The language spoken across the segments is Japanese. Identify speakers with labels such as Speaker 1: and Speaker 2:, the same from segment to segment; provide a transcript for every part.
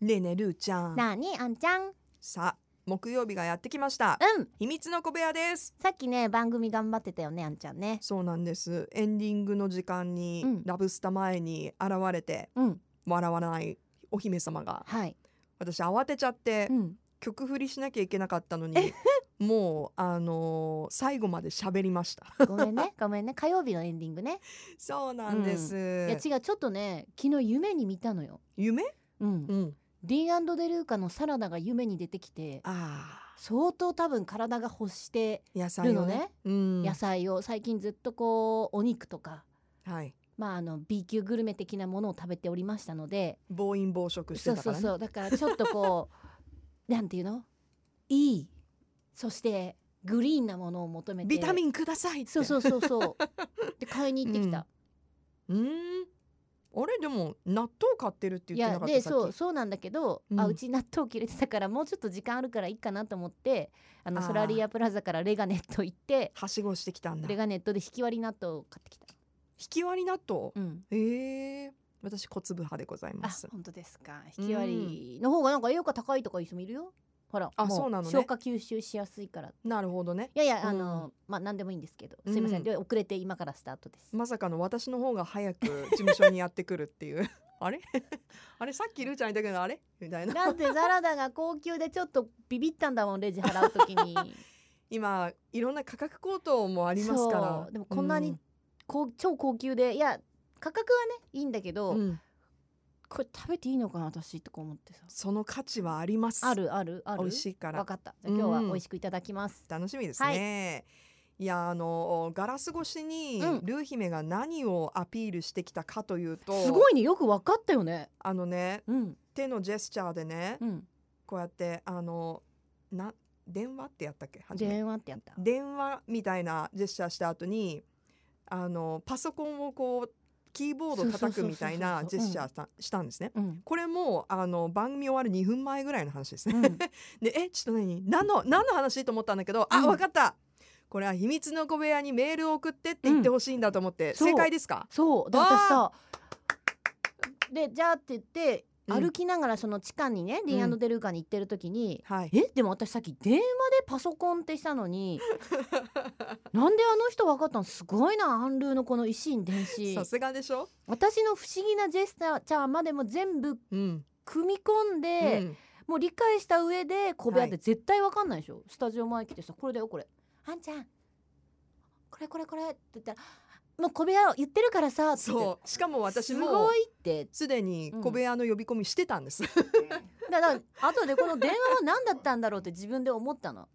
Speaker 1: ねえねえるーちゃん
Speaker 2: なあにあんちゃんうん
Speaker 1: さあ木曜日がやってきました秘密の小部屋です
Speaker 2: さっきね番組頑張ってたよねあんちゃんね
Speaker 1: そうなんですエンディングの時間に、
Speaker 2: うん
Speaker 1: ラブスタ前に現れて
Speaker 2: うん
Speaker 1: 笑わないお姫様が
Speaker 2: はい
Speaker 1: 私慌てちゃって、
Speaker 2: うん
Speaker 1: 曲振りしなきゃいけなかったの にもうあのー最後まで喋りました
Speaker 2: ごめんねごめんね火曜日のエンディングね
Speaker 1: そうなんです、
Speaker 2: いや違うちょっとね昨日夢に見たのよ
Speaker 1: 夢
Speaker 2: うん
Speaker 1: うん
Speaker 2: ディーンデルーカのサラダが夢に出てきて
Speaker 1: あ
Speaker 2: 相当多分体が欲して
Speaker 1: ー野菜をね
Speaker 2: るのね
Speaker 1: うん
Speaker 2: 野菜を最近ずっとこうお肉とか
Speaker 1: はい
Speaker 2: まああの B 級グルメ的なものを食べておりましたので
Speaker 1: 暴飲暴食して
Speaker 2: そう
Speaker 1: たか
Speaker 2: そう
Speaker 1: らね
Speaker 2: そうだからちょっとこう なんていうのいいそしてグリーンなものを求めて
Speaker 1: ビタミ
Speaker 2: ン
Speaker 1: ンくださいって
Speaker 2: そうそうそうそう で買いに行ってきた、
Speaker 1: うーんあれでも納豆買ってるって
Speaker 2: い
Speaker 1: 言って
Speaker 2: や
Speaker 1: なかった
Speaker 2: で
Speaker 1: さ
Speaker 2: そ
Speaker 1: っ
Speaker 2: う
Speaker 1: き
Speaker 2: そうなんだけど、あ
Speaker 1: うん
Speaker 2: うち納豆切れてたからもうちょっと時間あるからいいかなと思ってあの
Speaker 1: あー
Speaker 2: ソラリアプラザからレガネット行って
Speaker 1: はしごしてきたんだ
Speaker 2: レ
Speaker 1: 引
Speaker 2: ガネットで引き割り納豆を買ってきた、
Speaker 1: き割り納豆、
Speaker 2: うん、
Speaker 1: ええ私小粒派でござい
Speaker 2: あ
Speaker 1: ます
Speaker 2: 本当ですか引き割りの方がなんか栄養価高いとかいう人もいるよほら
Speaker 1: あ
Speaker 2: も
Speaker 1: そうなのね
Speaker 2: 消化吸収しやすいから
Speaker 1: なるほどね
Speaker 2: いやいや、あの、まあ、何でもいいんですけど、すいませ
Speaker 1: うん
Speaker 2: ん、で遅れて今からスタートです。
Speaker 1: まさかの私の方が早く事務所にやってくるっていう あれあれさっきルーちゃんいたけどあれみたいな
Speaker 2: なんでサラダが高級でちょっとビビったんだもんレジ払う時に
Speaker 1: 今いろんな価格高騰もありますか
Speaker 2: そう
Speaker 1: ら
Speaker 2: でもこんなに、こう超高級でいや価格はねいいんだけ
Speaker 1: う
Speaker 2: ど、
Speaker 1: んうん
Speaker 2: これ食べていいのかな私とか思ってさ
Speaker 1: その価値はあります
Speaker 2: あるあるある
Speaker 1: 美味しいか
Speaker 2: わ
Speaker 1: ら
Speaker 2: かったじゃあ今日は
Speaker 1: うん
Speaker 2: 美味しくいただきます、
Speaker 1: 楽しみですね、い、やあのガラス越しに
Speaker 2: うん
Speaker 1: ルー姫が何をアピールしてきたかというと、
Speaker 2: すごいねよくわかったよね
Speaker 1: あのね
Speaker 2: うん
Speaker 1: 手のジェスチャーでね、
Speaker 2: うん
Speaker 1: こうやってあのな電話ってやったっけ初め
Speaker 2: 電話ってやった
Speaker 1: 電話みたいなジェスチャーした後にあのパソコンをこうキーボード叩くみたいな
Speaker 2: そう
Speaker 1: ジ
Speaker 2: そうそ
Speaker 1: ェ
Speaker 2: うそうそう
Speaker 1: スチャーした,、したんですね。
Speaker 2: うん、
Speaker 1: これもあの番組終わる2分前ぐらいの話です
Speaker 2: う
Speaker 1: ね。 で
Speaker 2: ん、
Speaker 1: えちょっと何何の何の話と思ったんだけどあ、
Speaker 2: うん
Speaker 1: わかったこれは秘密の小部屋にメールを送ってって言ってほしいんだと思って、
Speaker 2: そう
Speaker 1: 正解ですか
Speaker 2: そうだってさでじゃあって言って
Speaker 1: うん
Speaker 2: 歩きながらその地下にね、ディアンド・デルーカに行ってる時に
Speaker 1: はい
Speaker 2: 「えでも私さっき電話でパソコンってした のになんであの人分かったのすごいなアンルーのこの維心伝心
Speaker 1: さすがでしょ、
Speaker 2: 私の不思議なジェスチャーまでも全部
Speaker 1: うん
Speaker 2: 組み込んで、
Speaker 1: うん
Speaker 2: もう理解した上で小部屋っ
Speaker 1: は
Speaker 2: て絶対分かんないでしょ、スタジオ前来てさこれだよこれあんちゃんこれこれこれって言ったらもう小部屋言ってるからさって言って
Speaker 1: そうしかも私
Speaker 2: す
Speaker 1: も
Speaker 2: ごいって
Speaker 1: すでに小部屋の呼び込みしてたん です、
Speaker 2: だから後でこの電話は何だったんだろうって自分で思ったの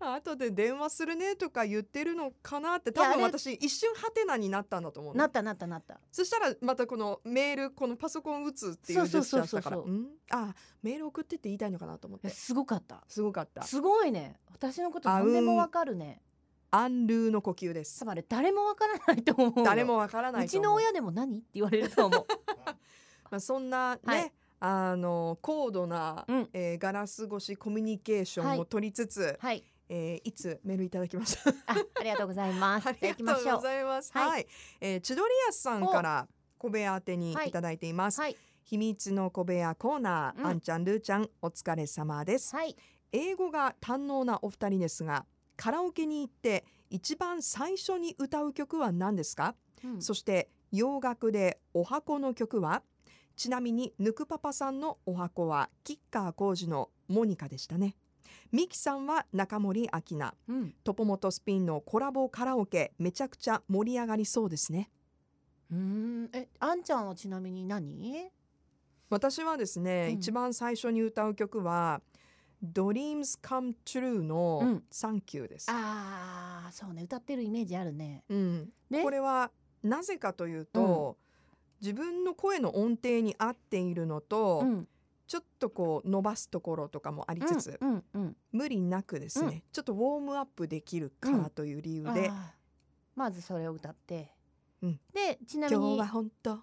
Speaker 1: 後で電話するねとか言ってるのかなって多
Speaker 2: いやあ
Speaker 1: 分
Speaker 2: れ
Speaker 1: 私一瞬ハテナになったんだと思うの
Speaker 2: なったなった なった
Speaker 1: そしたらまたこのメールこのパソコン打つっていうジェスチャーしたから
Speaker 2: そううそうん
Speaker 1: あメール送ってって言いたいのかなと思って
Speaker 2: すごかった
Speaker 1: すごかった
Speaker 2: すごいね私のこと
Speaker 1: あうん
Speaker 2: 何でもわかるね
Speaker 1: アンルーの呼吸で
Speaker 2: つ
Speaker 1: す
Speaker 2: まり誰もわからないと思うの
Speaker 1: 誰もわからな
Speaker 2: う
Speaker 1: いと
Speaker 2: ち
Speaker 1: 思
Speaker 2: の
Speaker 1: う
Speaker 2: 親でも何って言われると思う
Speaker 1: まあ、そんなね、
Speaker 2: はい
Speaker 1: あの高度な、
Speaker 2: うん
Speaker 1: えーガラス越しコミュニケーショ
Speaker 2: は
Speaker 1: ンを
Speaker 2: い
Speaker 1: 取りつつ、い
Speaker 2: はい
Speaker 1: えーいつメールいただきました
Speaker 2: あありがとうござい ます
Speaker 1: あ
Speaker 2: じゃ
Speaker 1: り
Speaker 2: あ行き
Speaker 1: が
Speaker 2: ま
Speaker 1: と
Speaker 2: しょ
Speaker 1: うご
Speaker 2: う
Speaker 1: ざいますは、
Speaker 2: はいい
Speaker 1: えー千鳥屋さんから小部屋宛てにいただいています、
Speaker 2: はい
Speaker 1: 秘密の小部屋コーナー、
Speaker 2: うん
Speaker 1: あんちゃんるーちゃんお疲れ様です
Speaker 2: はい
Speaker 1: 英語が堪能なお二人ですがカラオケに行って一番最初に歌う曲は何ですか
Speaker 2: うん
Speaker 1: そして洋楽でお箱の曲はちなみにぬくパパさんのお箱はキッカー工事のモニカでしたねミキさんは中森明菜
Speaker 2: うん
Speaker 1: トポモトスピンのコラボカラオケめちゃくちゃ盛り上がりそうですね
Speaker 2: うーんえあんちゃんはちなみに何
Speaker 1: 私はですね、
Speaker 2: うん
Speaker 1: 一番最初に歌う曲は Dreams Come True の
Speaker 2: うん
Speaker 1: サンキューです、
Speaker 2: あーそうね歌ってるイメージあるね
Speaker 1: うん
Speaker 2: で
Speaker 1: これはなぜかというと、自分の声の音程に合っているのと、
Speaker 2: うん
Speaker 1: ちょっとこう伸ばすところとかもありつつ、
Speaker 2: うんうん
Speaker 1: 無理なくですね、
Speaker 2: う
Speaker 1: ちょっとウォームアップできるからという理由
Speaker 2: うん
Speaker 1: で、
Speaker 2: あーまずそれを歌って、
Speaker 1: うん
Speaker 2: でちなみ
Speaker 1: 今
Speaker 2: に
Speaker 1: 日は本当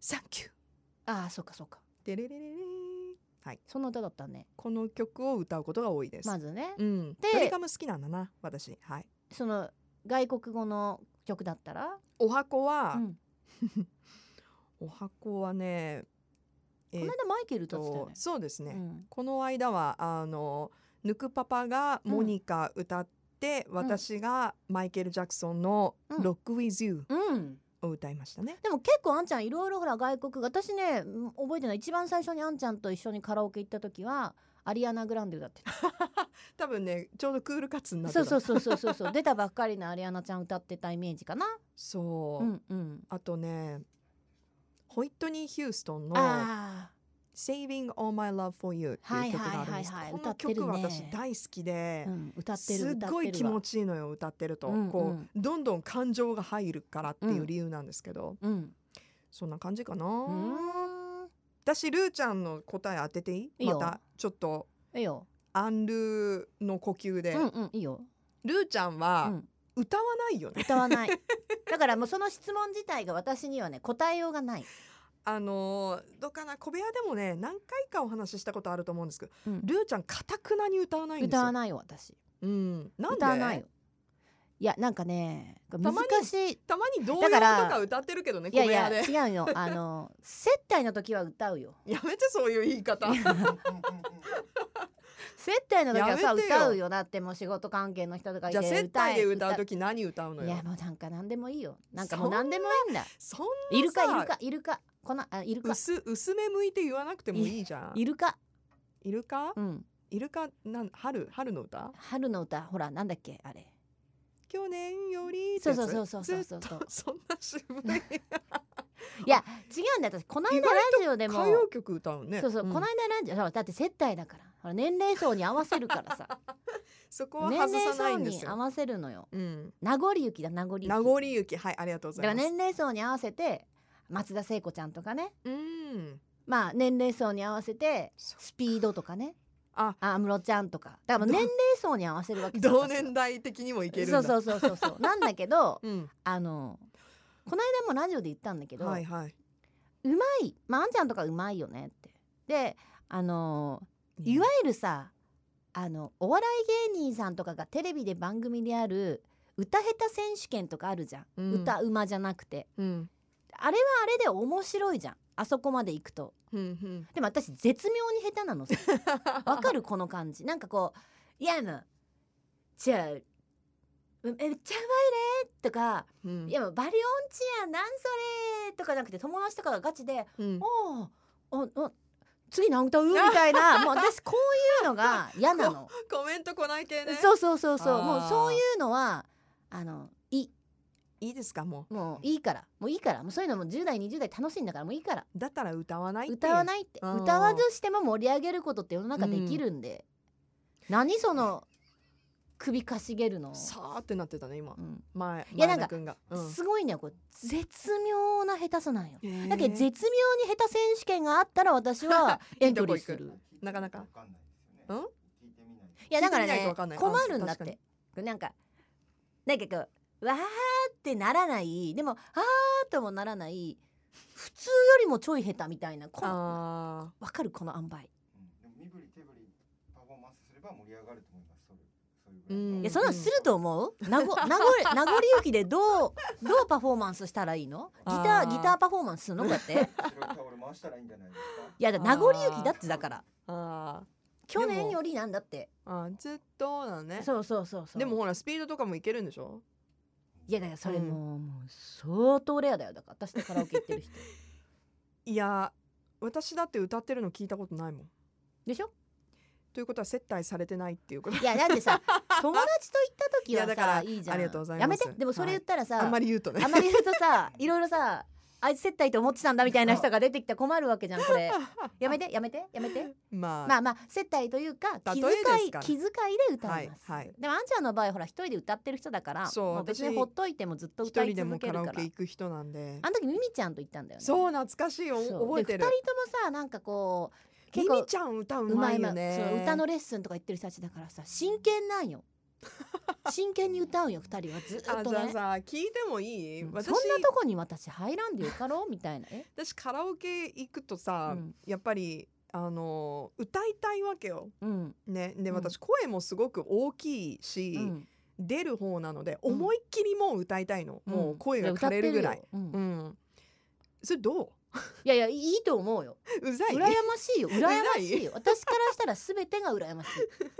Speaker 1: サンキュー
Speaker 2: ああそうかそうか
Speaker 1: デレレレレーン
Speaker 2: そんな歌だったね
Speaker 1: この曲を歌うことが多いです。
Speaker 2: まずね
Speaker 1: うん、
Speaker 2: で
Speaker 1: ドリカム好きなんだな私はい
Speaker 2: その外国語の曲だったら、
Speaker 1: お箱
Speaker 2: う
Speaker 1: は、
Speaker 2: ん
Speaker 1: お箱はねえ
Speaker 2: この
Speaker 1: ーっ
Speaker 2: 間マイケル歌ってたよ
Speaker 1: と
Speaker 2: ね
Speaker 1: そうですね、
Speaker 2: うん
Speaker 1: この間はあのぬくパパがモニカ歌って、私がマイケル・ジャクソンの
Speaker 2: う
Speaker 1: 「
Speaker 2: ん
Speaker 1: ロック・ウィズ・ユー
Speaker 2: うん」
Speaker 1: を歌いましたね。
Speaker 2: でも結構あんちゃんいろいろほら外国私ねうん覚えてない一番最初にあんちゃんと一緒にカラオケ行った時はアリアナ・グランデ歌 ってた
Speaker 1: 多分ねちょうどクールカツになって
Speaker 2: そ
Speaker 1: た
Speaker 2: うそうそうそうそうそう出たばっかりのアリアナちゃん歌ってたイメージかな
Speaker 1: そう
Speaker 2: うんうん
Speaker 1: あとねホイットニー・ヒューストンの
Speaker 2: ああ
Speaker 1: 「Saving All My Love for You」っていう曲があるんです
Speaker 2: はいはいはいはい
Speaker 1: この
Speaker 2: 歌
Speaker 1: 曲
Speaker 2: ってるね
Speaker 1: 私大好きで、
Speaker 2: うん、歌ってる
Speaker 1: すっごい気持
Speaker 2: ち、
Speaker 1: ちいいのよ歌ってると、
Speaker 2: うんうん
Speaker 1: こうどんどん感情が入るからっていう理由なんですけど、
Speaker 2: うん、
Speaker 1: そんな感じかな。
Speaker 2: うーん
Speaker 1: 私ルーちゃんの答え当てていい
Speaker 2: いいよ
Speaker 1: またちょっと
Speaker 2: いいよ、
Speaker 1: アンルーの呼吸で、
Speaker 2: うんうんいいよ、
Speaker 1: ルーちゃん
Speaker 2: う
Speaker 1: は
Speaker 2: ん、
Speaker 1: 歌わないよね、
Speaker 2: 歌わないだからもうその質問自体が私にはね答えようがない、
Speaker 1: あのーどうかな小部屋でもね何回かお話ししたことあると思うんですけど
Speaker 2: うん
Speaker 1: ルーちゃんかたくなに歌わないんですよ
Speaker 2: 歌わないよ私
Speaker 1: うん、なんで
Speaker 2: 歌わないよいやなんかね難
Speaker 1: まに
Speaker 2: しい
Speaker 1: たまに童謡
Speaker 2: だ
Speaker 1: と
Speaker 2: から
Speaker 1: か歌ってるけどね
Speaker 2: い
Speaker 1: 小
Speaker 2: や
Speaker 1: 部
Speaker 2: い
Speaker 1: 屋
Speaker 2: や
Speaker 1: で
Speaker 2: 違 うよあの接待の時は歌うよ
Speaker 1: やめてそういう言い方
Speaker 2: 接待の時はさ
Speaker 1: やめてよ
Speaker 2: 歌うよだってもう仕事関係の人とかい
Speaker 1: じゃあ
Speaker 2: て
Speaker 1: 接待で歌う
Speaker 2: え
Speaker 1: 時何歌うの
Speaker 2: い
Speaker 1: よ
Speaker 2: やもうなんか何でもいいよなんかも
Speaker 1: そ
Speaker 2: うん
Speaker 1: な
Speaker 2: 何でもいいんだ
Speaker 1: そんな
Speaker 2: イルカイ
Speaker 1: さ
Speaker 2: ルカイルカこのあイルカ
Speaker 1: 薄薄め向いて言わなくてもいいじゃん
Speaker 2: イルカ
Speaker 1: イルカ
Speaker 2: うん
Speaker 1: イルカなん春春の歌
Speaker 2: 春の歌ほらなんだっけあれ
Speaker 1: 去年よりって
Speaker 2: そう
Speaker 1: やつ
Speaker 2: そうそうそうそう
Speaker 1: ず
Speaker 2: そ
Speaker 1: っ
Speaker 2: う
Speaker 1: とそんな渋い
Speaker 2: いや違うんだよ私この間
Speaker 1: 意
Speaker 2: ラ
Speaker 1: 外と
Speaker 2: ジ オでも
Speaker 1: 歌謡曲歌うね
Speaker 2: そうそう、
Speaker 1: ん
Speaker 2: この間ラジオほらだって接待だからほら年齢層に合わせるからさ
Speaker 1: そこは
Speaker 2: 年
Speaker 1: 外
Speaker 2: 齢
Speaker 1: さな
Speaker 2: 層
Speaker 1: いんで
Speaker 2: に
Speaker 1: す
Speaker 2: 合
Speaker 1: よ
Speaker 2: わせるのよ
Speaker 1: うん
Speaker 2: 名残雪だ名残雪
Speaker 1: 名残雪はいありがとうご
Speaker 2: だ
Speaker 1: ざ
Speaker 2: か
Speaker 1: いま
Speaker 2: ら
Speaker 1: す
Speaker 2: 年齢層に合わせて松田聖子ちゃんとかね
Speaker 1: うん
Speaker 2: まあ年齢層に合わせて
Speaker 1: そ
Speaker 2: スピードとかね
Speaker 1: あ
Speaker 2: 安室ちゃんとかだからもう
Speaker 1: ど
Speaker 2: 年齢層に合わせるわけ さ
Speaker 1: 同年代的にもいけるん
Speaker 2: そ
Speaker 1: だ
Speaker 2: うそうそうそうそうなんだけど
Speaker 1: うん
Speaker 2: あのこの間もラジオで言ったんだけど、
Speaker 1: はいはいう
Speaker 2: まい、まあ、あんちゃんとかうまいよねってであのいわゆるさあのお笑い芸人さんとかがテレビで番組である歌下手選手権とかあるじゃん、
Speaker 1: うん
Speaker 2: 歌うまじゃなくて
Speaker 1: うん
Speaker 2: あれはあれで面白いじゃんあそこまで行くと
Speaker 1: うんうん
Speaker 2: でも私絶妙に下手な のさわかるこの感じなんかこう「いやもうじゃあめめっちゃうまいね」とか
Speaker 1: うん
Speaker 2: 「いやもうバリオンチやなんそれ」とかなくて友達とかがガチで
Speaker 1: うん
Speaker 2: おおお次何歌うみたいなもう私こういうのが嫌なの、
Speaker 1: コメント来ない系ね
Speaker 2: そうそうそうそ
Speaker 1: あ
Speaker 2: う
Speaker 1: ー
Speaker 2: もうそういうのはあのいい
Speaker 1: いいですかも
Speaker 2: もういいからもういいからもうそういうのも10代20代楽しいんだからもういいから
Speaker 1: うだったら歌わないって
Speaker 2: 歌わ
Speaker 1: い
Speaker 2: ないって
Speaker 1: うん
Speaker 2: 歌わずしても盛り上げることって世の中できるんで、何その首かしげるの
Speaker 1: う、さーってなってたね今
Speaker 2: うん
Speaker 1: 前
Speaker 2: いやな
Speaker 1: 前
Speaker 2: ん
Speaker 1: 田
Speaker 2: か
Speaker 1: 君がうん
Speaker 2: すごいねこれ絶妙な下手さなんよ
Speaker 1: へー
Speaker 2: だけど絶妙に下手選手権があったら 私はエントリーする
Speaker 1: なかなか
Speaker 3: うん聞いてみない
Speaker 2: いやだから
Speaker 1: 聞いてみないと
Speaker 2: ね
Speaker 1: わかんない
Speaker 2: 困るんだっ
Speaker 1: あ確
Speaker 2: てなんかなんかこうわーってならないでもあーともならない普通よりもちょい下手みたいなこの
Speaker 1: あ
Speaker 2: わかるこの塩梅
Speaker 3: うんでも身振り手振りパフォーマンスすれば盛り上がると思います。それそうい
Speaker 1: う
Speaker 3: う
Speaker 1: ん
Speaker 2: い
Speaker 3: ぐらいの
Speaker 2: やそんなんすると思う名 残名残名残雪でどうどうパフォーマンスしたらいいのギタ
Speaker 1: あ
Speaker 2: ー
Speaker 1: ー
Speaker 2: ギターパフォーマンスす るのこうやって
Speaker 3: 白いタオル回したらいいんじゃないですか。
Speaker 2: いやだ名残雪だってだから
Speaker 1: ーあ
Speaker 2: 去年よりなんだって
Speaker 1: ーあーずっとなのね
Speaker 2: そうそうそうそう
Speaker 1: でもほらスピードとかもいけるんでしょ
Speaker 2: いやだからそれもう,、もう相当レアだよだから私とカラオケ行ってる 人
Speaker 1: いや私だって歌ってるの聞いたことないもん
Speaker 2: でしょ
Speaker 1: ということは接待されてないっていうこと
Speaker 2: いやだってさ友達と行った時はい
Speaker 1: やだ
Speaker 2: さ
Speaker 1: から
Speaker 2: いいじゃん
Speaker 1: ありがとうございます
Speaker 2: やめてでもそれ言ったらさ、
Speaker 1: あんま
Speaker 2: り
Speaker 1: り言うとね
Speaker 2: あんまり言うとさ いろいろさあいつ接待と思ってたんだみたいな人が出てきたら困るわけじゃんこれ やめてやめてやめて
Speaker 1: まあ、
Speaker 2: まあまあ接待というか気
Speaker 1: 例え
Speaker 2: 遣
Speaker 1: です
Speaker 2: い
Speaker 1: から
Speaker 2: 気遣いで歌います、
Speaker 1: はいはい
Speaker 2: でもあんちゃんの場合ほら一人で歌ってる人だから
Speaker 1: そう
Speaker 2: もう別に
Speaker 1: 私
Speaker 2: ほっといてもずっと
Speaker 1: 一
Speaker 2: 歌
Speaker 1: 人
Speaker 2: い
Speaker 1: でも
Speaker 2: 続け
Speaker 1: カ
Speaker 2: る
Speaker 1: ラオ
Speaker 2: から
Speaker 1: ケ行く人なんで
Speaker 2: あの時ミミちゃんと行ったんだよね
Speaker 1: そう懐かしいお
Speaker 2: そう
Speaker 1: 覚えてる
Speaker 2: で二人ともさなんかこう
Speaker 1: ミ
Speaker 2: 結構
Speaker 1: ミちゃん歌うまいよね
Speaker 2: そう歌のレッスンとか言ってる人たちだからさ真剣な んよ真剣に歌うんよ二人はずっ
Speaker 1: あ
Speaker 2: と
Speaker 1: じゃあ
Speaker 2: ね
Speaker 1: さ聞いてもいい、
Speaker 2: うん
Speaker 1: 私
Speaker 2: そんなとこに私入らんでよかろうみたいなえ
Speaker 1: 私カラオケ行くとさ、
Speaker 2: うん
Speaker 1: やっぱりあの歌いたいわけよ。
Speaker 2: うん、
Speaker 1: ね、で
Speaker 2: うん
Speaker 1: 私声もすごく大きいし、
Speaker 2: うん
Speaker 1: 出る方なので
Speaker 2: うん
Speaker 1: 思いっきりもう歌いたいの、もう声が
Speaker 2: で
Speaker 1: 枯れるぐらい。
Speaker 2: 歌ってるよ
Speaker 1: うんそれど
Speaker 2: いやいやいいと思うよ
Speaker 1: うざい
Speaker 2: 羨ましいよ羨ましいよ私からしたら全てが羨ましい、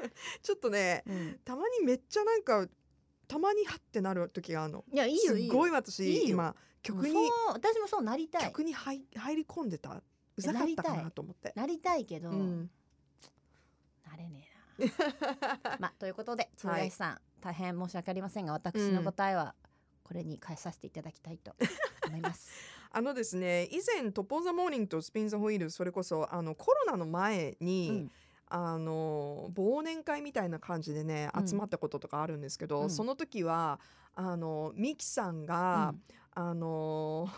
Speaker 1: ちょっとね
Speaker 2: うん
Speaker 1: たまにめっちゃなんかたまにハってなる時があるの
Speaker 2: いやいいよいいよ
Speaker 1: すごい私
Speaker 2: いいよ
Speaker 1: 今曲に
Speaker 2: そう私もそうなりたい
Speaker 1: 曲に入入り込んでたうざかったかなと思って
Speaker 2: なりたいけど、
Speaker 1: うん
Speaker 2: なれねえ なまあということで千代さん、大変申し訳ありませんが私の答えはこれに変えさせていただきたいと思 います、
Speaker 1: あのですね以前トップ・オン・ザ・モーニングとスピン・ザ・ホイールそれこそあのコロナの前に、
Speaker 2: うん
Speaker 1: あの忘年会みたいな感じでね
Speaker 2: うん
Speaker 1: 集まったこととかあるんですけど、
Speaker 2: うん
Speaker 1: その時はあのミキさんが、あの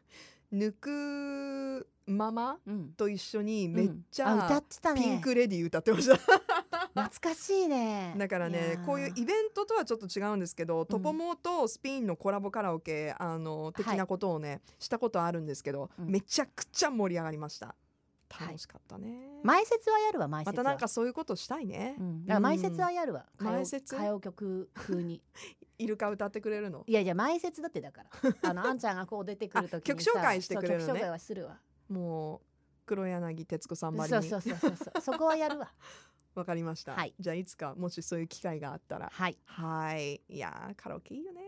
Speaker 1: 抜くまま
Speaker 2: うんうん
Speaker 1: と一緒にめっち
Speaker 2: うんあ歌
Speaker 1: ゃ
Speaker 2: ってたね
Speaker 1: ピンクレディー歌ってま した。
Speaker 2: 懐かしいね
Speaker 1: だから
Speaker 2: いや
Speaker 1: ね
Speaker 2: ー
Speaker 1: こういうイベントとはちょっと違うんですけど、トポモとスピンのコラボカラオケあの的なことをね、したことあるんですけど、
Speaker 2: うん
Speaker 1: めちゃくちゃ盛り上がりました
Speaker 2: はい
Speaker 1: 楽しかったね、
Speaker 2: 前説はやるわ前説
Speaker 1: ま
Speaker 2: は
Speaker 1: たなんかそういうことしたいね、
Speaker 2: うん、だから前説はやるわ、
Speaker 1: うん
Speaker 2: 歌謡
Speaker 1: 前説
Speaker 2: 歌謡曲風 に
Speaker 1: イルカ歌ってくれるの
Speaker 2: いやいや前説だってだからあのあんちゃんがこう出てくる時にさ
Speaker 1: あ曲紹介してくれるのね
Speaker 2: そう曲紹介はするわ
Speaker 1: もう黒柳徹子さんばり
Speaker 2: そう
Speaker 1: に
Speaker 2: そうそうそうそうそこはやるわ
Speaker 1: わかりました、
Speaker 2: はい
Speaker 1: じゃあいつかもしそういう機会があったら
Speaker 2: はい
Speaker 1: はいいやーカラオケいいよね